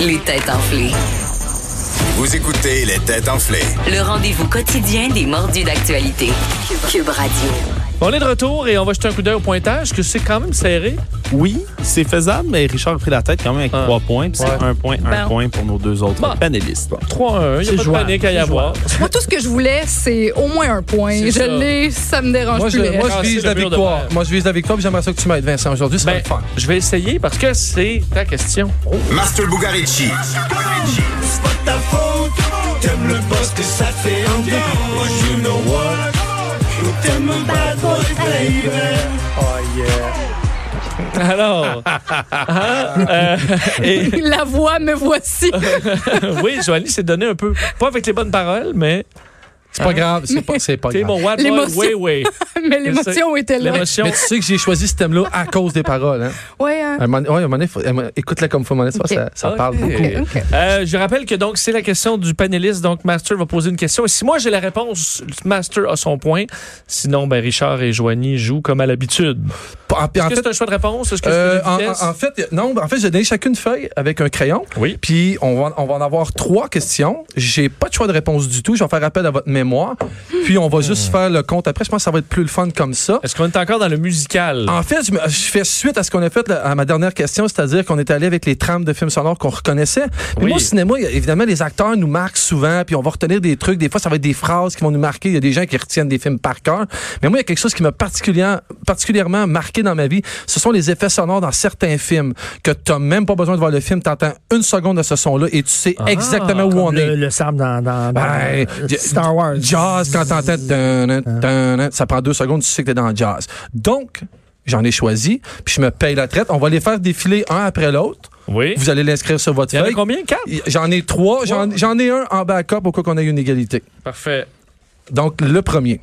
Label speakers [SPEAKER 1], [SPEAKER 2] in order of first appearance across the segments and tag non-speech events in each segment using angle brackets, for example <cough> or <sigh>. [SPEAKER 1] Les têtes enflées.
[SPEAKER 2] Vous écoutez les têtes enflées.
[SPEAKER 1] Le rendez-vous quotidien des mordus d'actualité. Cube Radio.
[SPEAKER 3] On est de retour et on va jeter un coup d'œil au pointage, que c'est quand même serré.
[SPEAKER 4] Oui, c'est faisable, mais Richard a pris la tête quand même avec
[SPEAKER 3] Ah.
[SPEAKER 4] trois points. Puis
[SPEAKER 3] Ouais.
[SPEAKER 4] c'est un point, un
[SPEAKER 3] Bon.
[SPEAKER 4] point pour nos deux autres
[SPEAKER 3] Bon.
[SPEAKER 4] panélistes.
[SPEAKER 3] 3-1, il n'y a pas de panique à y avoir.
[SPEAKER 5] Moi, tout ce que je voulais, c'est au moins un point.
[SPEAKER 3] C'est ça.
[SPEAKER 5] Je l'ai, ça me dérange
[SPEAKER 6] Moi, je,
[SPEAKER 5] plus. le
[SPEAKER 6] moi,
[SPEAKER 5] reste.
[SPEAKER 3] Ah,
[SPEAKER 6] je vise
[SPEAKER 3] c'est
[SPEAKER 6] la
[SPEAKER 3] le mur de
[SPEAKER 6] victoire.
[SPEAKER 3] verre.
[SPEAKER 6] Moi, je vise la victoire. puis J'aimerais ça que tu m'aides, Vincent, aujourd'hui. Ça va
[SPEAKER 3] Ben,
[SPEAKER 6] le faire.
[SPEAKER 3] je vais essayer parce que c'est ta question.
[SPEAKER 2] Master Bugarici.
[SPEAKER 3] Alors, hein, euh, et-
[SPEAKER 5] <laughs> La voix,
[SPEAKER 3] <laughs>
[SPEAKER 5] me voici.
[SPEAKER 3] <laughs> oui, Joanie s'est donné un peu, pas avec les bonnes paroles, mais
[SPEAKER 6] C'est pas grave. C'est pas, c'est pas
[SPEAKER 3] hein? t'es
[SPEAKER 6] grave.
[SPEAKER 3] mon what boy,
[SPEAKER 5] L'émotion.
[SPEAKER 3] oui, oui.
[SPEAKER 5] Mais <laughs> l'émotion était là.
[SPEAKER 3] L'émotion.
[SPEAKER 6] Mais tu sais que j'ai choisi ce thème-là à cause des paroles. Hein.
[SPEAKER 5] Ouais, hein.
[SPEAKER 6] À un moment- ouais, à un moment donné, faut- à un moment- écoute-la comme faut, à un moment donné, ça,
[SPEAKER 5] Ok.
[SPEAKER 6] ça parle
[SPEAKER 3] Ok.
[SPEAKER 6] beaucoup.
[SPEAKER 3] mais-
[SPEAKER 5] OK.
[SPEAKER 3] Euh, je rappelle que donc c'est la question du panéliste. Donc Master va poser une question. Et si moi j'ai la réponse, Master a son point. Sinon, ben Richard et Joanie jouent comme à l'habitude.
[SPEAKER 6] En, en
[SPEAKER 3] Est-ce que
[SPEAKER 6] fait,
[SPEAKER 3] c'est un choix de réponse? Est-ce que
[SPEAKER 6] euh,
[SPEAKER 3] c'est une
[SPEAKER 6] en,
[SPEAKER 3] vitesse?
[SPEAKER 6] en- en fait, non, ben, en fait, j'ai donné chacune une feuille avec un crayon.
[SPEAKER 3] Oui.
[SPEAKER 6] Puis on va, on va en avoir trois questions. J'ai pas de choix de réponse du tout. Je vais faire appel à votre mémoire. Puis on va
[SPEAKER 3] Hmm.
[SPEAKER 6] juste faire le compte après. Je pense que ça va être plus le fun comme ça.
[SPEAKER 3] Est-ce qu'on est encore dans le musical?
[SPEAKER 6] En fait, je, me- je fais suite à ce qu'on a fait là, à ma dernière question, c'est-à-dire qu'on est allé avec les trames de films sonores qu'on reconnaissait. Mais
[SPEAKER 3] Oui.
[SPEAKER 6] moi, au cinéma, il y a- évidemment, les acteurs nous marquent souvent, puis on va retenir des trucs. Des fois, ça va être des phrases qui vont nous marquer. Il y a des gens qui retiennent des films par cœur. Mais moi, il y a quelque chose qui m'a particulièrement, particulièrement marqué dans ma vie. Ce sont les effets sonores dans certains films que tu même pas besoin de voir le film. Tu entends une seconde de ce son-là et tu sais exactement où on est.
[SPEAKER 7] Ah, Euh, Le, le sable dans, dans, dans,
[SPEAKER 6] Ben,
[SPEAKER 7] euh,
[SPEAKER 6] j-
[SPEAKER 7] Star Wars.
[SPEAKER 6] Jazz, quand t'entends... dun, dun, dun, dun, Ça prend deux secondes, tu sais que t'es dans jazz. Donc, j'en ai choisi, puis je me paye la traite. On va les faire défiler un après l'autre.
[SPEAKER 3] oui.
[SPEAKER 6] Vous allez l'inscrire sur votre
[SPEAKER 3] Il y en a
[SPEAKER 6] feuille.
[SPEAKER 3] combien? Quatre?
[SPEAKER 6] J'en ai trois. J'en
[SPEAKER 3] Ouais.
[SPEAKER 6] j'en ai un en backup au cas qu'on ait une égalité.
[SPEAKER 3] Parfait.
[SPEAKER 6] Donc, le premier.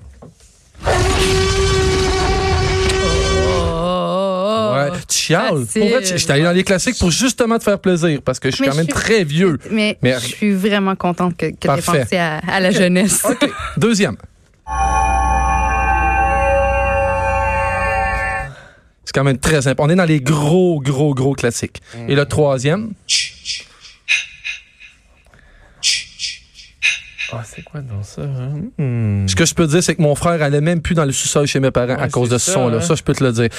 [SPEAKER 3] Oh.
[SPEAKER 6] Ouais. Tu chiales.
[SPEAKER 5] facile.
[SPEAKER 6] Pour vrai, tu- je suis allé dans les classiques pour justement te faire plaisir, parce que je suis
[SPEAKER 5] Mais
[SPEAKER 6] quand même
[SPEAKER 5] je suis-
[SPEAKER 6] très vieux.
[SPEAKER 5] Mais,
[SPEAKER 6] Mais-
[SPEAKER 5] je suis vraiment contente que, que t'aies
[SPEAKER 6] Parfait.
[SPEAKER 5] pensé à, à la jeunesse.
[SPEAKER 6] <laughs> Deuxième. C'est quand même très simple. On est dans les gros, gros, gros classiques. Et le troisième,
[SPEAKER 3] Ah, c'est quoi dans ça? hein?
[SPEAKER 6] ce que je peux dire, c'est que mon frère allait même plus dans le sous-sol chez mes parents à
[SPEAKER 3] Ouais,
[SPEAKER 6] cause
[SPEAKER 3] c'est
[SPEAKER 6] de ce
[SPEAKER 3] ça,
[SPEAKER 6] son-là.
[SPEAKER 3] hein.
[SPEAKER 6] Ça, je peux te le dire.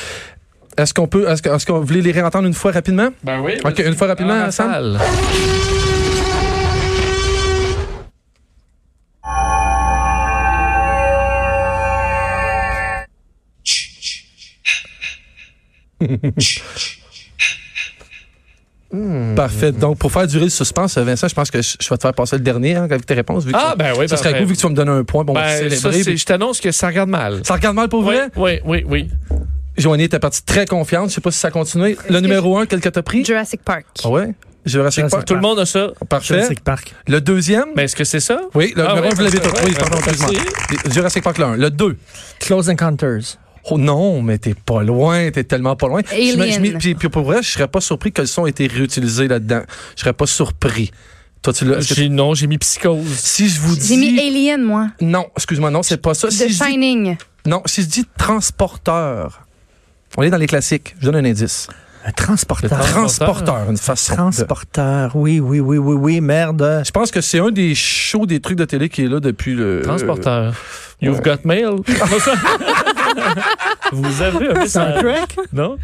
[SPEAKER 6] Est-ce qu'on peut, est-ce que- est-ce qu'on vous voulez les réentendre une fois rapidement?
[SPEAKER 3] Ben oui.
[SPEAKER 6] OK, une fois rapidement,
[SPEAKER 3] Dans la
[SPEAKER 6] Sam?
[SPEAKER 3] salle.
[SPEAKER 6] Parfait.
[SPEAKER 3] Mhm.
[SPEAKER 6] Donc, pour faire durer le suspense, Vincent, je pense que je, je vais te faire passer le dernier hein, avec tes réponses. vu que
[SPEAKER 3] Ah,
[SPEAKER 6] ça-
[SPEAKER 3] ben oui,
[SPEAKER 6] Ça serait
[SPEAKER 3] parfait.
[SPEAKER 6] cool vu que tu vas me donner un point. Bon, on va
[SPEAKER 3] Ben, ça,
[SPEAKER 6] célébrer.
[SPEAKER 3] c'est- je t'annonce que ça regarde mal.
[SPEAKER 6] Ça regarde mal pour
[SPEAKER 3] Oui,
[SPEAKER 6] vrai?
[SPEAKER 3] oui, oui, oui.
[SPEAKER 6] Joanie était partie très confiante. Je sais pas si ça continue. Le
[SPEAKER 5] que
[SPEAKER 6] numéro un, quel que t'as pris?
[SPEAKER 5] Jurassic Park.
[SPEAKER 6] Ah ouais? Jurassic
[SPEAKER 7] Jurassic
[SPEAKER 6] Park.
[SPEAKER 3] Tout le monde a ça.
[SPEAKER 6] Parfait.
[SPEAKER 7] Jurassic Park.
[SPEAKER 6] Le deuxième?
[SPEAKER 3] Ben, est-ce que c'est ça?
[SPEAKER 6] oui, le
[SPEAKER 3] Ah
[SPEAKER 6] numéro
[SPEAKER 3] ouais,
[SPEAKER 6] un, Euh, je l'avais
[SPEAKER 3] parfait.
[SPEAKER 6] tout. Oui,
[SPEAKER 3] Ouais,
[SPEAKER 6] pardon,
[SPEAKER 3] parfait.
[SPEAKER 6] excuse-moi. Jurassic Park le 1. Le 2.
[SPEAKER 7] Close Encounters.
[SPEAKER 6] Oh non, mais t'es pas loin, t'es tellement pas loin.
[SPEAKER 5] Alien.
[SPEAKER 6] Je m'ai- je m'ai- puis, puis pour vrai, je serais pas surpris que le son ait été réutilisé là-dedans. Je serais pas surpris. Toi, tu l'as. est-ce que tu-
[SPEAKER 3] J'ai- Non, j'ai mis psychose.
[SPEAKER 6] Si je vous dis.
[SPEAKER 5] J'ai mis Alien, moi.
[SPEAKER 6] Non, excuse-moi, non, c'est pas ça.
[SPEAKER 5] The
[SPEAKER 6] Si je dis...
[SPEAKER 5] Shining.
[SPEAKER 6] Non, si je dis transporteur. On est dans les classiques. Je donne un indice.
[SPEAKER 7] Un transporteur.
[SPEAKER 6] Transporteur, une façon. de-
[SPEAKER 7] Transporteur. Oui, oui, oui, oui, oui. Merde.
[SPEAKER 6] Je pense que c'est un des shows des trucs de télé qui est là depuis le.
[SPEAKER 3] Transporteur. You've got
[SPEAKER 6] <laughs>
[SPEAKER 3] mail. Vous avez un
[SPEAKER 7] Star
[SPEAKER 3] message,
[SPEAKER 7] Trek.
[SPEAKER 3] non?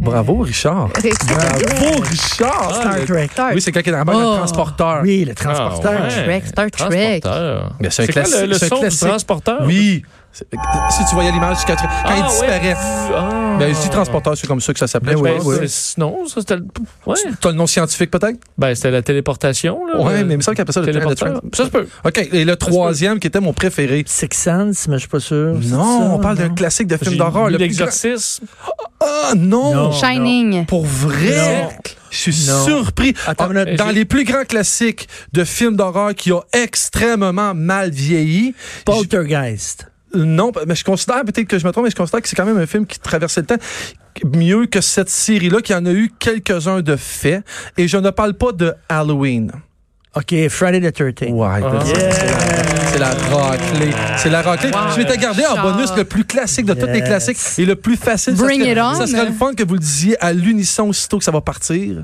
[SPEAKER 6] Bravo, Richard.
[SPEAKER 3] Ah,
[SPEAKER 6] Bravo, Richard.
[SPEAKER 7] Ah, Oh, Star Trek.
[SPEAKER 6] Oui, c'est quelqu'un dans la main,
[SPEAKER 5] Oh.
[SPEAKER 6] le transporteur.
[SPEAKER 7] Oui, le transporteur.
[SPEAKER 3] Ah, ouais.
[SPEAKER 5] Trek, Star Trek.
[SPEAKER 3] Transporteur.
[SPEAKER 6] Mais c'est un
[SPEAKER 3] C'est quoi
[SPEAKER 6] classique,
[SPEAKER 3] le, le
[SPEAKER 6] c'est un
[SPEAKER 3] son du
[SPEAKER 6] classique.
[SPEAKER 3] transporteur?
[SPEAKER 6] Oui. C'est- Si tu voyais l'image, tu catcherais. quand
[SPEAKER 3] Ah,
[SPEAKER 6] il
[SPEAKER 3] ouais.
[SPEAKER 6] disparaît.
[SPEAKER 3] Ah.
[SPEAKER 6] Ben, je dis transporteur, c'est comme ça que ça s'appelait.
[SPEAKER 3] Ben,
[SPEAKER 6] Oui,
[SPEAKER 3] c'est- c'est- Non, ça c'était le. Ouais.
[SPEAKER 6] T'as le nom scientifique peut-être?
[SPEAKER 3] Ben, c'était la téléportation, là.
[SPEAKER 6] Oui,
[SPEAKER 3] Euh,
[SPEAKER 6] mais il me semble qu'il appelle ça le train de
[SPEAKER 3] téléporteur. Ça se peut.
[SPEAKER 6] OK, et le troisième qui était mon préféré.
[SPEAKER 7] Six Sense, mais je suis pas sûr. C'est ça,
[SPEAKER 6] Non, on parle d'un
[SPEAKER 7] non?
[SPEAKER 6] classique de film
[SPEAKER 3] J'ai
[SPEAKER 6] d'horreur.
[SPEAKER 3] mis
[SPEAKER 6] le plus
[SPEAKER 3] L'exorcisme.
[SPEAKER 6] grand- Ah non!
[SPEAKER 7] Non.
[SPEAKER 5] Shining.
[SPEAKER 6] Pour vrai?
[SPEAKER 7] Non.
[SPEAKER 6] Je suis
[SPEAKER 7] Non.
[SPEAKER 6] surpris.
[SPEAKER 7] Attends
[SPEAKER 6] Ah,
[SPEAKER 7] une minute.
[SPEAKER 6] dans les plus grands classiques de films d'horreur qui ont extrêmement mal vieilli, je-
[SPEAKER 7] Poltergeist.
[SPEAKER 6] non, mais je considère, peut-être que je me trompe, mais je considère que c'est quand même un film qui traversait le temps mieux que cette série-là, qui en a eu quelques-uns de faits. Et je ne parle pas de Halloween.
[SPEAKER 7] Ah. OK, Friday the Euh, 13th.
[SPEAKER 6] Ouais,
[SPEAKER 3] Ah.
[SPEAKER 6] c'est la raclée. C'est la raclée. Je m'étais gardé en bonus le plus classique de tous les
[SPEAKER 7] Yes.
[SPEAKER 6] classiques et le plus facile.
[SPEAKER 5] Bring
[SPEAKER 6] ça serait,
[SPEAKER 5] it on.
[SPEAKER 6] Ça serait le fun que vous le disiez à l'unisson aussitôt que ça va partir.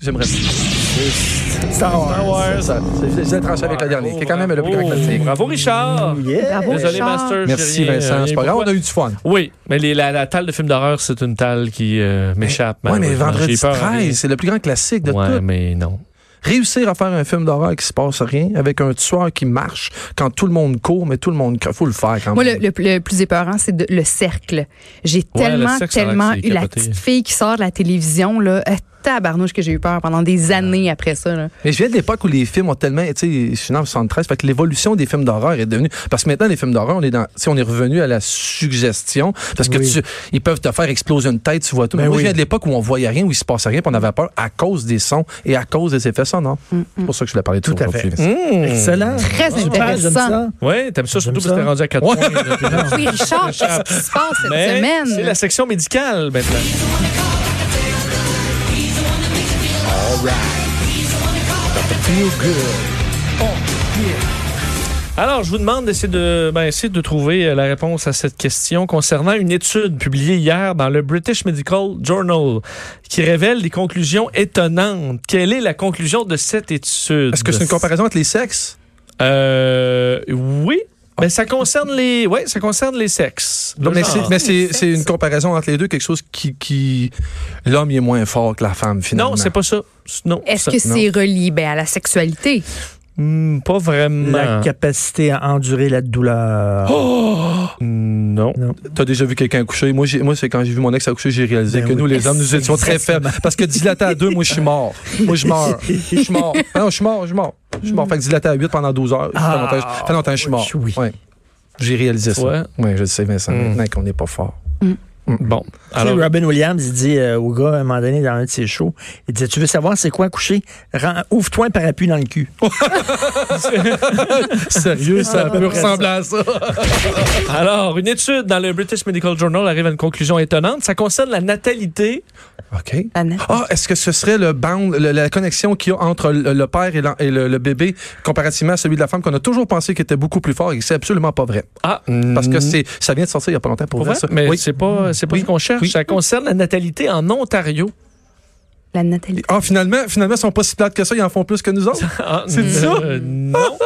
[SPEAKER 6] J'aimerais ça.
[SPEAKER 7] Star Wars.
[SPEAKER 3] Star Wars.
[SPEAKER 6] Ça, c'est- J'ai tranché avec le dernier, qui est quand même le plus grand
[SPEAKER 3] Bravo.
[SPEAKER 6] classique.
[SPEAKER 3] Oh. Bravo, Richard.
[SPEAKER 7] Yeah.
[SPEAKER 5] Bravo,
[SPEAKER 3] Désolé,
[SPEAKER 5] Richard.
[SPEAKER 3] Master.
[SPEAKER 6] Merci
[SPEAKER 3] j'ai rien-
[SPEAKER 6] Vincent,
[SPEAKER 3] rien
[SPEAKER 6] c'est pas grave,
[SPEAKER 3] pour
[SPEAKER 6] on
[SPEAKER 3] toi.
[SPEAKER 6] a eu du fun.
[SPEAKER 3] Oui, mais les- la, la talle de films d'horreur, c'est une talle qui euh, m'échappe.
[SPEAKER 6] Oui, mais
[SPEAKER 3] malheureusement.
[SPEAKER 6] vendredi
[SPEAKER 3] J'ai peur,
[SPEAKER 6] 13, c'est le plus grand classique de
[SPEAKER 3] Ouais,
[SPEAKER 6] tout.
[SPEAKER 3] mais non.
[SPEAKER 6] Réussir à faire un film d'horreur qui se passe rien, avec un tueur qui marche quand tout le monde court, mais tout le monde court. Faut le faire quand
[SPEAKER 5] Moi, le,
[SPEAKER 6] même.
[SPEAKER 5] le- le plus épeurant, c'est de- le cercle. J'ai tellement,
[SPEAKER 3] le cercle, c'est
[SPEAKER 5] tellement
[SPEAKER 3] vrai que c'est
[SPEAKER 5] eu la
[SPEAKER 3] capoté.
[SPEAKER 5] petite fille qui sort de la télévision, là. Euh, Tabarnouche que j'ai eu peur pendant des années après ça. là.
[SPEAKER 6] Mais je viens de l'époque où les films ont tellement, tu sais, je suis né en 73, fait que l'évolution des films d'horreur est devenue, parce que maintenant, les films d'horreur, on est dans, tu sais, on est revenu à la suggestion, parce que
[SPEAKER 7] Oui.
[SPEAKER 6] tu, ils peuvent te faire exploser une tête, tu vois tout. Mais
[SPEAKER 7] Ben
[SPEAKER 6] moi,
[SPEAKER 7] oui.
[SPEAKER 6] je viens de l'époque où on voyait rien, où il se passait rien, puis on avait peur à cause des sons et à cause des effets sonores. C'est pour ça que je voulais parler de
[SPEAKER 7] Mm, Tout
[SPEAKER 6] ça
[SPEAKER 7] à fait.
[SPEAKER 6] aujourd'hui.
[SPEAKER 7] Excellent.
[SPEAKER 5] Très
[SPEAKER 7] J'aime
[SPEAKER 5] intéressant.
[SPEAKER 7] ça.
[SPEAKER 3] Oui, t'aimes ça surtout
[SPEAKER 7] J'aime
[SPEAKER 3] parce que t'es
[SPEAKER 7] ça.
[SPEAKER 3] rendu à 4 points. là, puis là.
[SPEAKER 5] Oui, Richard, qu'est-ce qui se passe cette
[SPEAKER 3] Mais C'est
[SPEAKER 5] semaine?
[SPEAKER 3] la section médicale maintenant. Alors, je vous demande d'essayer de, ben, essayer de trouver euh, la réponse à cette question concernant une étude publiée hier dans le British Medical Journal qui révèle des conclusions étonnantes. Quelle est la conclusion de cette étude?
[SPEAKER 6] Est-ce que c'est une comparaison entre les sexes?
[SPEAKER 3] Euh, oui. Mais ça concerne les, ouais, ça concerne les sexes.
[SPEAKER 6] Non, mais
[SPEAKER 3] Le
[SPEAKER 6] c'est,
[SPEAKER 3] genre.
[SPEAKER 6] mais c'est, c'est une comparaison entre les deux, quelque chose qui, qui l'homme est moins fort que la femme finalement.
[SPEAKER 3] Non, c'est pas ça. C'est- Non.
[SPEAKER 5] Est-ce
[SPEAKER 3] ça-
[SPEAKER 5] que c'est relié ben, à la sexualité?
[SPEAKER 3] Hmm, pas
[SPEAKER 7] La
[SPEAKER 3] vraiment.
[SPEAKER 7] capacité à endurer la douleur.
[SPEAKER 6] Oh!
[SPEAKER 3] Non.
[SPEAKER 6] T'as déjà vu quelqu'un coucher. Moi, j'ai- moi, c'est quand j'ai vu mon ex accoucher, j'ai réalisé
[SPEAKER 7] Ben
[SPEAKER 6] que
[SPEAKER 7] oui.
[SPEAKER 6] nous, les hommes, nous étions très faibles. Parce que dilaté à deux, moi, je suis mort. Moi, je meurs. Je suis mort. Ah Non, je suis mort, je suis mort. Je suis mort. Fait que dilaté à 8 pendant 12 heures. Ça fait
[SPEAKER 7] Ah.
[SPEAKER 6] longtemps- ça fait longtemps que je suis mort.
[SPEAKER 7] Oui.
[SPEAKER 6] Ouais. J'ai réalisé ça.
[SPEAKER 3] Ouais.
[SPEAKER 6] Oui, je le sais, Vincent,
[SPEAKER 3] Mm.
[SPEAKER 6] maintenant qu'on n'est pas fort. Hmm.
[SPEAKER 3] Bon.
[SPEAKER 7] Tu sais,
[SPEAKER 3] Alors,
[SPEAKER 7] Robin Williams, il dit euh, au gars, à un moment donné, dans un de ses shows, il dit Tu veux savoir c'est quoi coucher Rends- Ouvre-toi un parapluie dans le <laughs> cul. Ah,
[SPEAKER 6] Sérieux,
[SPEAKER 5] Ah,
[SPEAKER 6] ça peut ressembler à ça.
[SPEAKER 3] alors, une étude dans le British Medical Journal arrive à une conclusion étonnante. Ça concerne la natalité.
[SPEAKER 6] OK.
[SPEAKER 5] Anna?
[SPEAKER 6] Ah, est-ce que ce serait le band, le- la connexion qu'il y a entre le, le père et, l'en- et le, le bébé comparativement à celui de la femme qu'on a toujours pensé qu'il était beaucoup plus fort et que c'est absolument pas vrai?
[SPEAKER 3] Ah,
[SPEAKER 6] Hmm. Parce que c'est, ça vient de sortir il y a pas longtemps pour,
[SPEAKER 3] Pour
[SPEAKER 6] vrai,
[SPEAKER 3] vrai?
[SPEAKER 6] ça.
[SPEAKER 3] Mais
[SPEAKER 6] Oui.
[SPEAKER 3] c'est pas, c'est pas
[SPEAKER 6] Oui.
[SPEAKER 3] ce qu'on cherche.
[SPEAKER 6] Oui.
[SPEAKER 3] Ça concerne la natalité en Ontario.
[SPEAKER 5] La natalité.
[SPEAKER 6] Ah, finalement, finalement, ils sont pas si plates que ça, ils en font plus que nous
[SPEAKER 3] <laughs>
[SPEAKER 6] autres.
[SPEAKER 3] Ah,
[SPEAKER 6] <laughs> C'est
[SPEAKER 3] euh,
[SPEAKER 6] ça?
[SPEAKER 3] Non.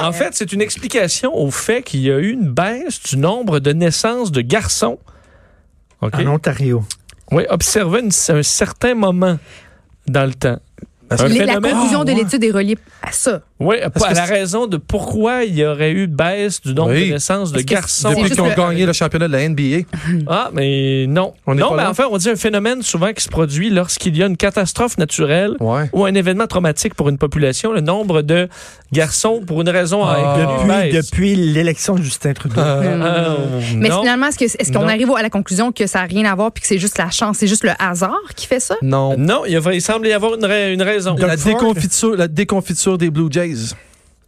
[SPEAKER 3] En fait, c'est une explication au fait qu'il y a eu une baisse du nombre de naissances de garçons. OK.
[SPEAKER 6] Ah
[SPEAKER 7] En Ontario.
[SPEAKER 3] Oui, observé une- un certain moment dans le temps.
[SPEAKER 6] Parce que-
[SPEAKER 3] Un
[SPEAKER 5] Les- La
[SPEAKER 3] phénomène-
[SPEAKER 5] conclusion de
[SPEAKER 6] Ah, ouais.
[SPEAKER 5] l'étude est reliée à ça.
[SPEAKER 3] Oui,
[SPEAKER 6] que
[SPEAKER 3] à la
[SPEAKER 6] c'est-
[SPEAKER 3] raison de pourquoi il y aurait eu baisse du nombre
[SPEAKER 6] Oui.
[SPEAKER 3] de naissances de
[SPEAKER 5] Est-ce que c'est-
[SPEAKER 3] garçons.
[SPEAKER 5] c'est
[SPEAKER 6] Depuis
[SPEAKER 5] juste
[SPEAKER 6] qu'ils ont
[SPEAKER 5] le-
[SPEAKER 6] gagné le championnat de la NBA.
[SPEAKER 3] Ah, mais non.
[SPEAKER 6] On n'est
[SPEAKER 3] non,
[SPEAKER 6] pas
[SPEAKER 3] mais
[SPEAKER 6] là.
[SPEAKER 3] enfin, on dit un phénomène souvent qui se produit lorsqu'il y a une catastrophe naturelle
[SPEAKER 6] Ouais.
[SPEAKER 3] ou un événement traumatique pour une population. Le nombre de garçons, pour une raison,
[SPEAKER 6] Ah.
[SPEAKER 3] a une
[SPEAKER 7] Depuis,
[SPEAKER 3] baisse.
[SPEAKER 7] depuis l'élection de Justin Trudeau.
[SPEAKER 3] Ah,
[SPEAKER 5] Hmm. Mais
[SPEAKER 3] non.
[SPEAKER 5] finalement, est-ce que- est-ce qu'on
[SPEAKER 3] Non.
[SPEAKER 5] arrive à la conclusion que ça n'a rien à voir puis que c'est juste la chance, c'est juste le hasard qui fait ça?
[SPEAKER 6] Non.
[SPEAKER 3] Non, il, y avait- il semble y avoir une, ra- une raison.
[SPEAKER 6] La déconfiture, la déconfiture des Blue Jays.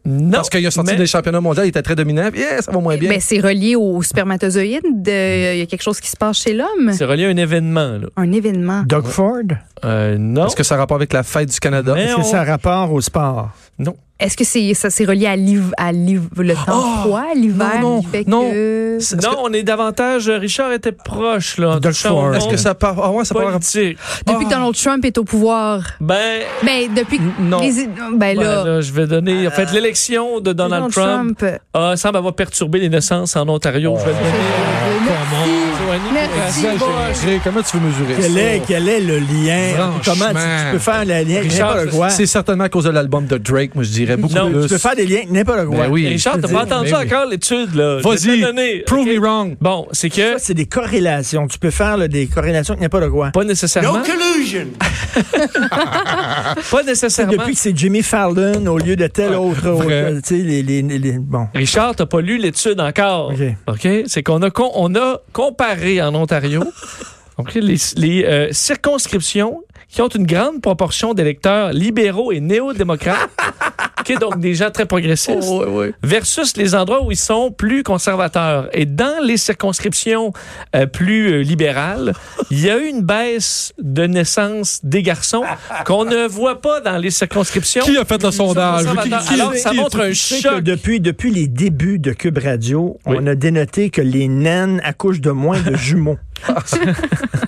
[SPEAKER 3] Non,
[SPEAKER 6] Parce qu'ils ont sorti
[SPEAKER 3] mais-
[SPEAKER 6] des championnats mondiaux, ils étaient très dominants. Yeah, ça va moins Eh bien.
[SPEAKER 5] Ben, c'est relié au spermatozoïde. de- Il y a quelque chose qui se passe chez l'homme.
[SPEAKER 3] C'est relié à un événement. Là.
[SPEAKER 5] Un événement.
[SPEAKER 7] Doug Ford,
[SPEAKER 3] Euh, non.
[SPEAKER 6] Est-ce que ça a rapport avec la fête du Canada?
[SPEAKER 3] Mais
[SPEAKER 7] est-ce
[SPEAKER 3] on-
[SPEAKER 7] que ça a rapport au sport?
[SPEAKER 5] Est-ce que c'est ça c'est relié à, l'hiv- à l'hiv- le temps
[SPEAKER 6] Oh!
[SPEAKER 5] froid, l'hiver
[SPEAKER 6] Non, non,
[SPEAKER 5] qui fait
[SPEAKER 6] non.
[SPEAKER 5] que
[SPEAKER 6] Est-ce que-
[SPEAKER 3] Non, on est davantage. Richard était proche, là. en
[SPEAKER 7] Doug
[SPEAKER 3] touchant au
[SPEAKER 7] Ford.
[SPEAKER 6] Est-ce
[SPEAKER 3] monde
[SPEAKER 6] que ça part. Ah ouais, ça part.
[SPEAKER 3] politique.
[SPEAKER 5] depuis que
[SPEAKER 6] Ah.
[SPEAKER 5] Donald Trump est au pouvoir,
[SPEAKER 3] Ben,
[SPEAKER 5] ben depuis
[SPEAKER 6] Non.
[SPEAKER 5] les- ben
[SPEAKER 3] ben
[SPEAKER 5] là,
[SPEAKER 3] là, je vais donner. En
[SPEAKER 6] Euh,
[SPEAKER 3] fait, l'élection de Donald, Trump,
[SPEAKER 5] euh,
[SPEAKER 3] ah, semble avoir perturbé les naissances en Ontario. Je vais le donner. Joanie,
[SPEAKER 5] euh, Merci,
[SPEAKER 3] Courage.
[SPEAKER 6] Exagéré. Comment tu veux mesurer
[SPEAKER 7] Quel est, quel est le lien?
[SPEAKER 6] Franchement.
[SPEAKER 7] Comment tu, tu peux faire le lien?
[SPEAKER 3] Richard,
[SPEAKER 7] N'importe quoi.
[SPEAKER 6] C'est certainement à cause de l'album de Drake, moi je dirais. Beaucoup
[SPEAKER 3] Non,
[SPEAKER 6] plus.
[SPEAKER 7] Tu peux faire des liens? N'importe quoi.
[SPEAKER 6] Ben oui.
[SPEAKER 3] Richard, t'as pas entendu
[SPEAKER 6] Mais oui.
[SPEAKER 3] encore l'étude, là. Je vais te
[SPEAKER 6] Vas-y,
[SPEAKER 3] la donner.
[SPEAKER 6] Prove
[SPEAKER 3] Ok.
[SPEAKER 6] me wrong.
[SPEAKER 3] Bon, c'est que,
[SPEAKER 7] Ça, c'est des corrélations. Tu peux faire là, des corrélations avec n'importe quoi.
[SPEAKER 3] pas nécessairement,
[SPEAKER 2] collusion!
[SPEAKER 3] <laughs> pas
[SPEAKER 7] C'est
[SPEAKER 3] nécessairement.
[SPEAKER 7] depuis que c'est Jimmy Fallon au lieu de tel
[SPEAKER 3] Ah,
[SPEAKER 7] autre. autre,
[SPEAKER 6] vrai.
[SPEAKER 7] tu sais, les, les- les- les- bon.
[SPEAKER 3] Richard, t'as pas lu l'étude encore.
[SPEAKER 7] OK.
[SPEAKER 3] OK? C'est qu'on a, con- on a comparé en
[SPEAKER 6] <laughs>
[SPEAKER 3] Ontario OK, les, les, euh, circonscriptions qui ont une grande proportion d'électeurs libéraux et
[SPEAKER 6] <laughs>
[SPEAKER 3] néo-démocrates, OK, donc des gens très progressistes,
[SPEAKER 6] Oh,
[SPEAKER 3] versus les endroits où ils sont plus conservateurs. Et dans les circonscriptions euh, plus euh, libérales, il y a eu une baisse de naissance des garçons qu'on ne voit pas dans les circonscriptions.
[SPEAKER 6] Qui a fait le
[SPEAKER 3] Ah,
[SPEAKER 6] sondage? Qui- qui-
[SPEAKER 3] Alors, ça
[SPEAKER 6] qui-
[SPEAKER 3] montre un
[SPEAKER 7] Tu sais que
[SPEAKER 3] choc.
[SPEAKER 7] depuis, depuis les débuts de Cube Radio,
[SPEAKER 3] Oui. <laughs>
[SPEAKER 7] on a dénoté que les naines accouchent de moins de jumeaux.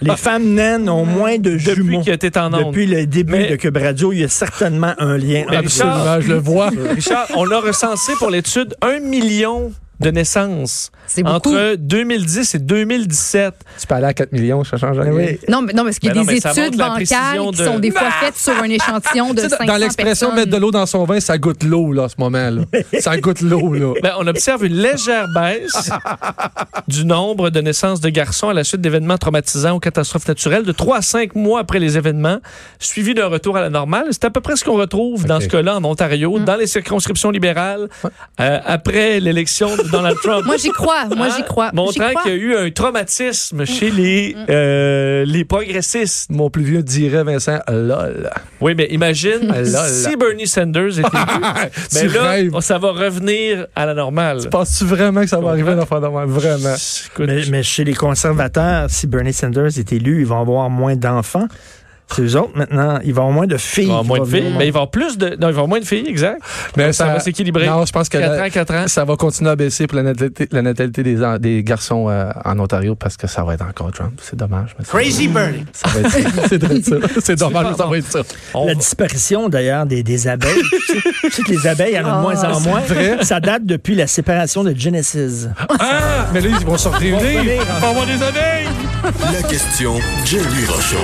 [SPEAKER 7] Les femmes naines ont moins de
[SPEAKER 3] Depuis
[SPEAKER 7] jumeaux.
[SPEAKER 3] que t'es en onde.
[SPEAKER 7] Depuis le début
[SPEAKER 3] Mais-
[SPEAKER 7] de Cube Radio, il y a certainement un lien.
[SPEAKER 3] Mais
[SPEAKER 7] entre
[SPEAKER 3] Richard-
[SPEAKER 7] eux.
[SPEAKER 6] Absolument, je le vois.
[SPEAKER 3] Richard, on a recensé pour l'étude un million de naissances
[SPEAKER 5] C'est beaucoup.
[SPEAKER 3] entre 2010 et 2017.
[SPEAKER 6] tu peux aller à 4 millions, ça change rien.
[SPEAKER 7] Oui.
[SPEAKER 5] Non, mais, non, parce qu'il y a
[SPEAKER 3] Ben non,
[SPEAKER 5] des
[SPEAKER 3] mais ça
[SPEAKER 5] études
[SPEAKER 3] montre la
[SPEAKER 5] bancaires
[SPEAKER 3] précision
[SPEAKER 5] qui
[SPEAKER 3] de-
[SPEAKER 5] sont
[SPEAKER 3] <laughs>
[SPEAKER 5] des fois faites sur un échantillon de
[SPEAKER 6] Tu sais,
[SPEAKER 5] 500
[SPEAKER 6] dans l'expression
[SPEAKER 5] personnes.
[SPEAKER 6] mettre de l'eau dans son vin, ça goûte l'eau, là, en ce moment.
[SPEAKER 3] <laughs>
[SPEAKER 6] Là. ça goûte l'eau, là.
[SPEAKER 3] Ben, on observe une légère
[SPEAKER 6] <laughs>
[SPEAKER 3] baisse du nombre de naissances de garçons à la suite d'événements traumatisants ou catastrophes naturelles de 3 à 5 mois après les événements, suivi d'un retour à la normale. C'est à peu près ce qu'on retrouve dans
[SPEAKER 6] Ok.
[SPEAKER 3] ce cas-là en
[SPEAKER 5] Mm.
[SPEAKER 3] Ontario, dans les circonscriptions libérales, euh, après l'élection de Donald Trump.
[SPEAKER 5] Moi, j'y crois. Ah, Moi, j'y crois.
[SPEAKER 3] Hein?
[SPEAKER 5] J'y
[SPEAKER 3] Montrant
[SPEAKER 5] crois. Mm.
[SPEAKER 3] qu'il y a eu un traumatisme chez les, euh, les progressistes.
[SPEAKER 6] Mon plus vieux dirait, Vincent, euh, lol.
[SPEAKER 3] Oui, mais imagine
[SPEAKER 6] Ah, lol. Ah,
[SPEAKER 3] si Bernie Sanders était élu.
[SPEAKER 6] <laughs>
[SPEAKER 3] <laughs>
[SPEAKER 6] tu
[SPEAKER 3] ben là,
[SPEAKER 6] rêves.
[SPEAKER 3] ça va revenir à la normale. Ah,
[SPEAKER 6] Penses-tu vraiment que ça va arriver, l'enfant de moi? Vraiment.
[SPEAKER 3] Écoute,
[SPEAKER 7] Mais, mais chez les conservateurs, si Bernie Sanders est élu, ils vont avoir moins d'enfants. C'est eux autres maintenant. Ils vont avoir moins de filles.
[SPEAKER 3] Il va y avoir moins de
[SPEAKER 7] qui vont
[SPEAKER 3] filles.
[SPEAKER 7] venir.
[SPEAKER 3] Mais il va y avoir plus de. Non, il va y avoir moins de filles, exact.
[SPEAKER 6] Mais
[SPEAKER 3] Donc, ça va s'équilibrer.
[SPEAKER 6] Non, je pense que
[SPEAKER 3] 4
[SPEAKER 6] la-
[SPEAKER 3] ans, 4 ans.
[SPEAKER 6] ça va continuer à baisser pour la natalité, la natalité des, en- des garçons euh, en Ontario parce que ça va être encore Trump. C'est dommage. mais ça-
[SPEAKER 2] Crazy Bernie.
[SPEAKER 6] ça va être <laughs> ça. C'est drôle, ça. C'est dommage, mais ça va être ça.
[SPEAKER 3] On
[SPEAKER 7] La
[SPEAKER 3] va-
[SPEAKER 7] disparition d'ailleurs des, des <laughs> abeilles. tu, sais, tu sais que les abeilles, il y en a de moins en moins. Ça date depuis la séparation de Genesis.
[SPEAKER 6] Ah! Mais là, ils vont se réunir.
[SPEAKER 2] La question Jerry Rochon.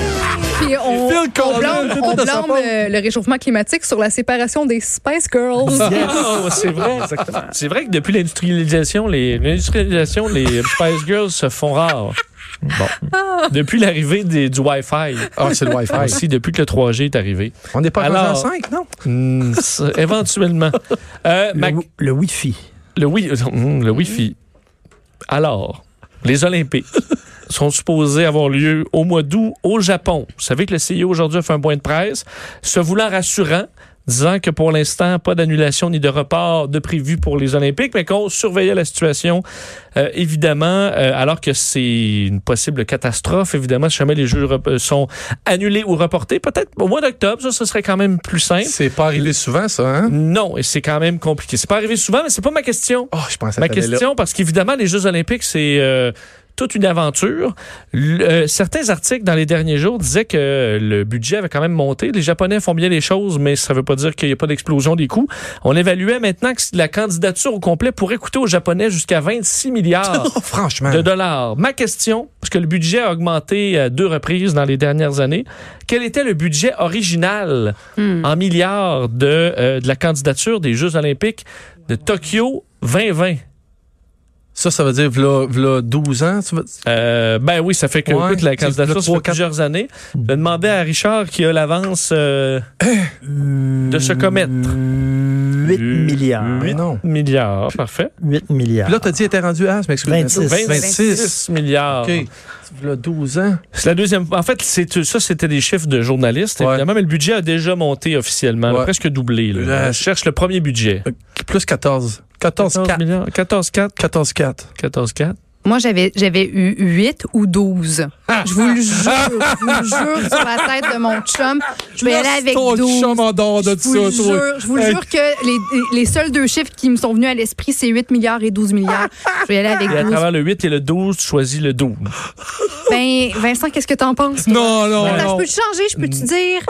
[SPEAKER 5] Puis on,
[SPEAKER 6] Phil
[SPEAKER 5] on
[SPEAKER 3] <laughs>
[SPEAKER 6] Collins,
[SPEAKER 5] blâme,
[SPEAKER 6] c'est
[SPEAKER 5] on
[SPEAKER 6] tout à sa
[SPEAKER 5] blâme
[SPEAKER 6] faute.
[SPEAKER 5] euh, le réchauffement climatique sur la séparation des Spice Girls.
[SPEAKER 3] <laughs> Ah, ouais, c'est vrai, c'est vrai que depuis l'industrialisation, les l'industrialisation, les Spice Girls se font rares.
[SPEAKER 5] Ah.
[SPEAKER 3] Bon. Depuis l'arrivée des- du Wi-Fi
[SPEAKER 6] Ah, c'est le Wi-Fi.
[SPEAKER 3] aussi, depuis que le 3G est arrivé.
[SPEAKER 6] On n'est pas
[SPEAKER 3] Alors-
[SPEAKER 6] à 5, non?
[SPEAKER 3] Hmm,
[SPEAKER 7] <laughs>
[SPEAKER 3] ça, éventuellement. Euh,
[SPEAKER 7] Le,
[SPEAKER 3] ma-
[SPEAKER 7] wi- le Wi-Fi.
[SPEAKER 3] le, wi- hmm, le Wi-Fi. Alors, les Olympiques sont supposés avoir lieu au mois d'août au Japon. Vous savez que le CEO aujourd'hui a fait un point de presse, se voulant rassurant, disant que pour l'instant, pas d'annulation ni de report de prévu pour les Olympiques, mais qu'on surveillait la situation, euh, évidemment, euh, alors que c'est une possible catastrophe, évidemment, si jamais les Jeux rep- euh, sont annulés ou reportés, peut-être au mois d'octobre, ça, ce serait quand même plus simple.
[SPEAKER 6] C'est pas arrivé souvent, ça, hein?
[SPEAKER 3] Non, et c'est quand même compliqué. C'est pas arrivé souvent, mais c'est pas ma question.
[SPEAKER 6] Oh, je pensais
[SPEAKER 3] Ma
[SPEAKER 6] que t'allais là.
[SPEAKER 3] question, parce qu'évidemment, les Jeux olympiques, c'est euh, toute une aventure. Le- euh, certains articles dans les derniers jours disaient que le budget avait quand même monté. Les Japonais font bien les choses, mais ça ne veut pas dire qu'il n'y a pas d'explosion des coûts. On évaluait maintenant que la candidature au complet pourrait coûter aux Japonais jusqu'à 26
[SPEAKER 6] <laughs>
[SPEAKER 3] milliards
[SPEAKER 6] Oh, franchement.
[SPEAKER 3] de dollars. Ma question, parce que le budget a augmenté à deux reprises dans les dernières années, quel était le budget original
[SPEAKER 6] Hmm.
[SPEAKER 3] en milliards de, euh, de la candidature des Jeux olympiques de Tokyo 2020?
[SPEAKER 6] Ça, ça veut dire, v'là, v'là 12 ans, tu veux-
[SPEAKER 3] Euh, ben oui, ça fait que
[SPEAKER 6] Ouais,
[SPEAKER 3] écoute, la
[SPEAKER 6] c'est le
[SPEAKER 3] candidature, ça
[SPEAKER 6] trois,
[SPEAKER 3] fait
[SPEAKER 6] quatre.
[SPEAKER 3] plusieurs années. Je demandais à Richard qui a l'avance euh,
[SPEAKER 5] Euh,
[SPEAKER 3] de se commettre.
[SPEAKER 7] 8 milliards.
[SPEAKER 6] Mais non.
[SPEAKER 3] Milliards, parfait.
[SPEAKER 7] 8 milliards.
[SPEAKER 6] Puis là, t'as dit, elle était rendue à, je m'excuse.
[SPEAKER 7] 26.
[SPEAKER 3] 26 milliards.
[SPEAKER 6] OK. V'là 12 ans.
[SPEAKER 3] C'est la deuxième. En fait, c'est ça, c'était des chiffres de journalistes,
[SPEAKER 6] Ouais.
[SPEAKER 3] évidemment, mais le budget a déjà monté officiellement, là,
[SPEAKER 6] Ouais.
[SPEAKER 3] presque doublé. là.
[SPEAKER 6] Ouais.
[SPEAKER 3] On cherche le premier budget.
[SPEAKER 6] Euh, Plus 14. 14, 4.
[SPEAKER 3] milliards. 14, 4.
[SPEAKER 6] 14, 4.
[SPEAKER 3] 14, 4.
[SPEAKER 5] Moi, j'avais j'avais eu 8
[SPEAKER 3] <laughs>
[SPEAKER 5] ou 12. Je vous le jure, je vous le jure sur la tête de mon chum. Je vais aller avec 12.
[SPEAKER 6] chum en dehors de
[SPEAKER 5] Je vous, le
[SPEAKER 6] ça, toi.
[SPEAKER 5] jure, je vous le
[SPEAKER 6] Hey.
[SPEAKER 5] jure que les, les seuls deux chiffres qui me sont venus à l'esprit, c'est 8 milliards et 12 milliards. Je vais
[SPEAKER 3] <laughs>
[SPEAKER 5] aller avec
[SPEAKER 3] Et à
[SPEAKER 5] 12.
[SPEAKER 3] travers le 8 et le 12, tu choisis le 12.
[SPEAKER 5] Ben, Vincent, qu'est-ce que t'en penses? toi?
[SPEAKER 6] Ah Non, non,
[SPEAKER 5] Attends,
[SPEAKER 6] non.
[SPEAKER 5] je peux te changer, je peux te dire.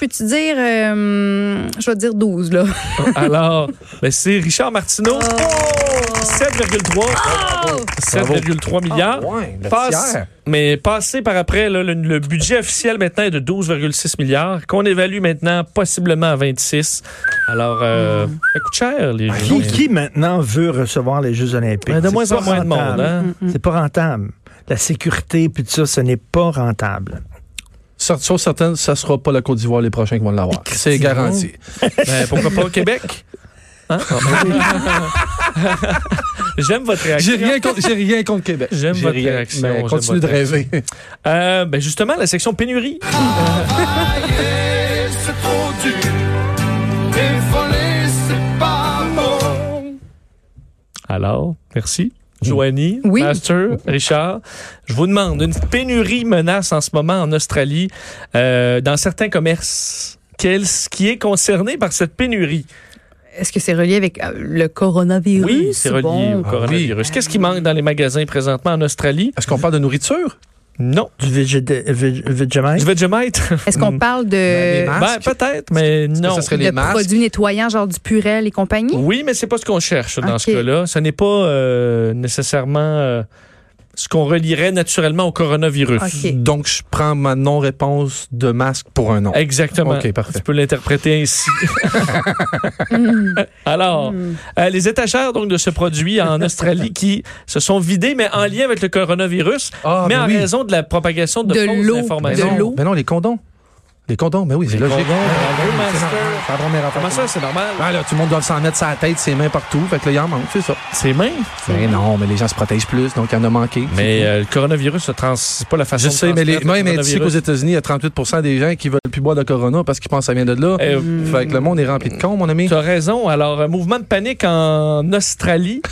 [SPEAKER 5] Je peux te dire. euh, je vais te dire 12, là.
[SPEAKER 3] <laughs> Alors, ben, c'est Richard Martineau.
[SPEAKER 6] Oh!
[SPEAKER 3] 7,3. 7,3 milliards.
[SPEAKER 6] Ah, Ouais, le
[SPEAKER 3] Passe-
[SPEAKER 6] tiers.
[SPEAKER 3] mais passé par après, là, le, le budget officiel maintenant est de 12,6 milliards, qu'on évalue maintenant possiblement à 26. Alors, euh,
[SPEAKER 6] Hmm.
[SPEAKER 3] ça coûte cher, les
[SPEAKER 6] Ben,
[SPEAKER 3] gens.
[SPEAKER 7] Qui, qui maintenant veut recevoir les Jeux Olympiques?
[SPEAKER 3] Ben, de
[SPEAKER 7] C'est
[SPEAKER 3] moins
[SPEAKER 7] pas
[SPEAKER 3] en moins de monde,
[SPEAKER 7] rentable. Mm,
[SPEAKER 3] hein?
[SPEAKER 7] C'est pas rentable. La sécurité, puis tout ça, ce n'est pas rentable.
[SPEAKER 6] Sauf sauf certaines, ça sera pas la Côte d'Ivoire les prochains qui vont l'avoir. C'est garanti.
[SPEAKER 3] Ben, pourquoi pas au Québec? Hein? J'aime votre réaction.
[SPEAKER 6] <laughs> J'ai rien contre, j'ai rien contre Québec.
[SPEAKER 3] J'aime
[SPEAKER 6] J'ai
[SPEAKER 3] votre
[SPEAKER 6] rien,
[SPEAKER 3] réaction,
[SPEAKER 6] mais
[SPEAKER 3] j'aime
[SPEAKER 6] continue
[SPEAKER 3] votre
[SPEAKER 6] de rêver.
[SPEAKER 3] Euh, ben justement, la section pénurie. Alors, merci. Joanie,
[SPEAKER 5] Oui.
[SPEAKER 3] Master, Richard, je vous demande, une pénurie menace en ce moment en Australie euh, dans certains commerces. Quel, ce qui est concerné par cette pénurie?
[SPEAKER 5] Est-ce que c'est relié avec euh, le coronavirus?
[SPEAKER 3] Oui, c'est relié
[SPEAKER 6] Ah
[SPEAKER 5] Bon. Ah
[SPEAKER 3] au coronavirus. Qu'est-ce qui manque dans les magasins présentement en Australie?
[SPEAKER 6] Est-ce qu'on parle de nourriture?
[SPEAKER 3] Non.
[SPEAKER 7] Du végéta- vég-
[SPEAKER 3] Du
[SPEAKER 7] Vegemite?
[SPEAKER 3] Vegemite?
[SPEAKER 5] Est-ce
[SPEAKER 3] Mm.
[SPEAKER 5] qu'on parle de,
[SPEAKER 6] Ben,
[SPEAKER 3] Ben,
[SPEAKER 6] Masque?
[SPEAKER 3] peut-être, mais non.
[SPEAKER 6] ça serait les
[SPEAKER 5] de
[SPEAKER 6] masques?
[SPEAKER 5] produits nettoyants, genre du Purel et compagnie?
[SPEAKER 3] Oui, mais c'est pas ce qu'on cherche dans
[SPEAKER 5] Ok.
[SPEAKER 3] ce cas-là. Ce n'est pas euh, nécessairement euh, ce qu'on relierait naturellement au coronavirus.
[SPEAKER 5] OK.
[SPEAKER 6] Donc, je prends ma non-réponse de masque pour un non.
[SPEAKER 3] Exactement.
[SPEAKER 6] OK, parfait.
[SPEAKER 3] Tu peux l'interpréter
[SPEAKER 5] <laughs>
[SPEAKER 3] ainsi. Alors,
[SPEAKER 5] Hmm.
[SPEAKER 3] euh, les étagères donc de ce produit en Australie qui se sont vidées, mais en lien avec le coronavirus,
[SPEAKER 6] Ah,
[SPEAKER 3] mais
[SPEAKER 6] ben
[SPEAKER 3] en
[SPEAKER 6] oui.
[SPEAKER 3] raison de la propagation de,
[SPEAKER 5] De
[SPEAKER 3] fausses
[SPEAKER 5] l'eau,
[SPEAKER 6] Mais
[SPEAKER 3] informations.
[SPEAKER 5] de
[SPEAKER 6] non,
[SPEAKER 5] l'eau.
[SPEAKER 6] Mais non, les condoms. Les condoms, mais oui, c'est logique.
[SPEAKER 3] condoms,
[SPEAKER 6] Ah,
[SPEAKER 3] bravo,
[SPEAKER 6] oui, c'est
[SPEAKER 3] master.
[SPEAKER 6] normal. C'est la première affaire.
[SPEAKER 3] Comment ça, c'est normal?
[SPEAKER 6] Ah, là, tout le monde doit s'en mettre sa tête, ses mains partout. Fait que là, il en manque, c'est ça.
[SPEAKER 3] C'est mince.
[SPEAKER 6] Mais non, mais les gens se protègent plus, donc il y en a manqué.
[SPEAKER 3] Mais euh, le coronavirus, se trans- c'est pas la façon
[SPEAKER 6] Je
[SPEAKER 3] de
[SPEAKER 6] sais, mais, les,
[SPEAKER 3] transmettre le
[SPEAKER 6] même mais tu sais qu'aux
[SPEAKER 3] coronavirus.
[SPEAKER 6] États-Unis, il y a 38 des gens qui veulent plus boire de Corona parce qu'ils pensent que ça vient de là.
[SPEAKER 3] Eh,
[SPEAKER 6] Fait que le monde est rempli de cons, mon ami.
[SPEAKER 3] Tu as raison. Alors, un mouvement de panique en <laughs> Australie.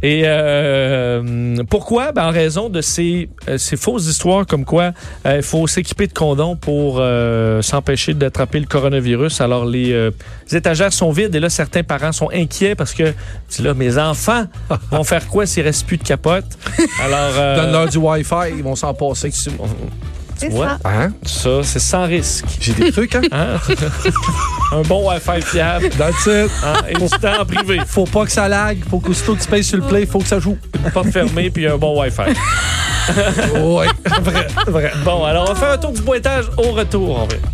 [SPEAKER 3] Et euh, pourquoi? Ben, en raison de ces, euh, ces fausses histoires comme quoi euh, il faut s'équiper de condoms pour euh, s'empêcher d'attraper le coronavirus. Alors, les, euh, les étagères sont vides et là, certains parents sont inquiets parce que, tu dis là, mes <laughs> enfants vont faire quoi s'ils restent plus de capote? Alors, euh,
[SPEAKER 6] Donne-leur du Wi-Fi, ils vont s'en passer.
[SPEAKER 5] C'est
[SPEAKER 3] vois?
[SPEAKER 5] ça.
[SPEAKER 6] Hein?
[SPEAKER 3] ça, c'est sans risque.
[SPEAKER 6] J'ai
[SPEAKER 3] <laughs>
[SPEAKER 6] des trucs, hein?
[SPEAKER 3] hein? un bon Wi-Fi fiable
[SPEAKER 6] That's it.
[SPEAKER 3] hein, et du temps en privé.
[SPEAKER 6] Faut pas que ça lag. Faut qu'aussitôt que tu payes sur le play, faut que ça joue.
[SPEAKER 3] Une porte fermée puis un bon Wi-Fi.
[SPEAKER 6] Ouais.
[SPEAKER 3] Bon, alors on va faire un tour du pointage au retour. On va.